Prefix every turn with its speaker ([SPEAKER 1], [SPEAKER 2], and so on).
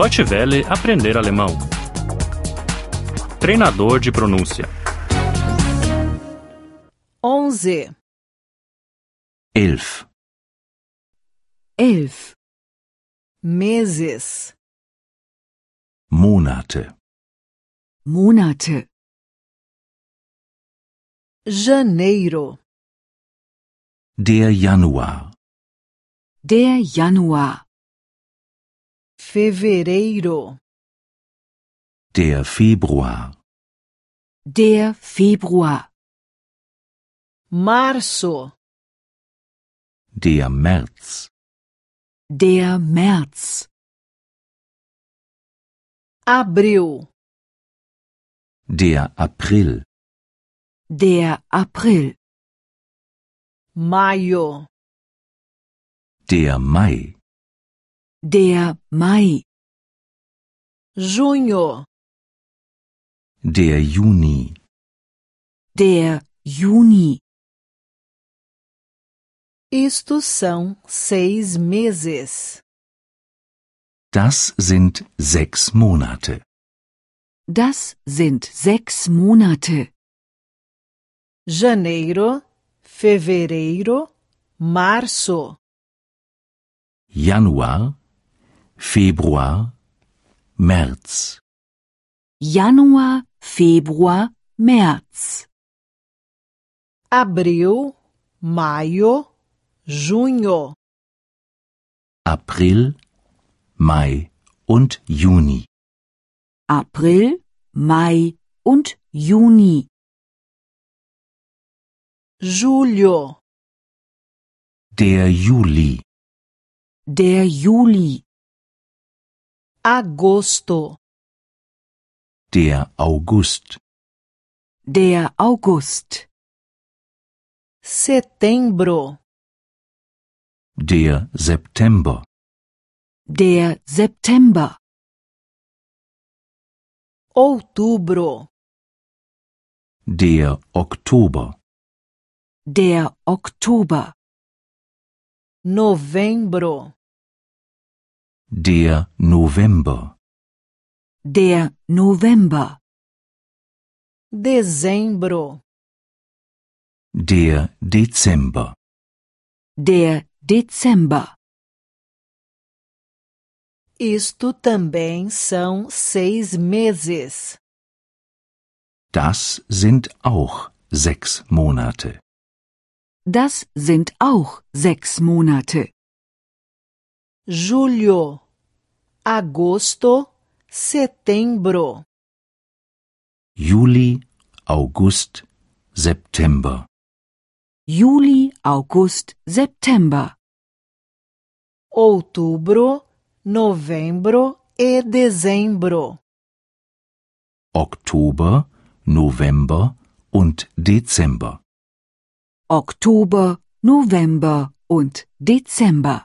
[SPEAKER 1] Deutsche Welle aprender alemão. Treinador de pronúncia.
[SPEAKER 2] 11,
[SPEAKER 3] 11.
[SPEAKER 4] elf,
[SPEAKER 2] meses,
[SPEAKER 3] Monate.
[SPEAKER 4] Monate,
[SPEAKER 2] janeiro,
[SPEAKER 3] Der Januar.
[SPEAKER 4] der Januar,
[SPEAKER 2] fevereiro,
[SPEAKER 3] Der Februar.
[SPEAKER 4] der Februar,
[SPEAKER 2] março,
[SPEAKER 3] Der März.
[SPEAKER 4] der März,
[SPEAKER 2] abril,
[SPEAKER 3] Der April.
[SPEAKER 4] der April,
[SPEAKER 2] maio,
[SPEAKER 3] Der Mai.
[SPEAKER 4] der Mai,
[SPEAKER 2] junho,
[SPEAKER 3] Der Juni.
[SPEAKER 4] der Juni.
[SPEAKER 2] isto são seis meses.
[SPEAKER 3] Das sind sechs Monate.
[SPEAKER 4] Das sind sechs Monate.
[SPEAKER 2] Janeiro, fevereiro, março,
[SPEAKER 3] Januar. Februar. März.
[SPEAKER 4] Januar, Februar, März,
[SPEAKER 2] abril, maio, junho,
[SPEAKER 3] April. Mai und Juni.
[SPEAKER 4] April, Mai und Juni,
[SPEAKER 2] julho,
[SPEAKER 3] Der Juli.
[SPEAKER 4] der Juli,
[SPEAKER 2] agosto,
[SPEAKER 3] Der August.
[SPEAKER 4] der August,
[SPEAKER 2] setembro,
[SPEAKER 3] Der September.
[SPEAKER 4] der September,
[SPEAKER 2] outubro,
[SPEAKER 3] Der Oktober.
[SPEAKER 4] der Oktober,
[SPEAKER 2] novembro,
[SPEAKER 3] Der November.
[SPEAKER 4] der November,
[SPEAKER 2] dezembro,
[SPEAKER 3] Der Dezember.
[SPEAKER 4] der Dezember.
[SPEAKER 2] isto também são seis meses.
[SPEAKER 3] Das sind auch sechs Monate.
[SPEAKER 4] Das sind auch sechs Monate.
[SPEAKER 2] julho, agosto, setembro,
[SPEAKER 3] Juli, August, September.
[SPEAKER 4] Juli, August, September,
[SPEAKER 2] outubro, novembro e dezembro,
[SPEAKER 3] Oktober, November und Dezember.
[SPEAKER 4] Oktober, November und Dezember.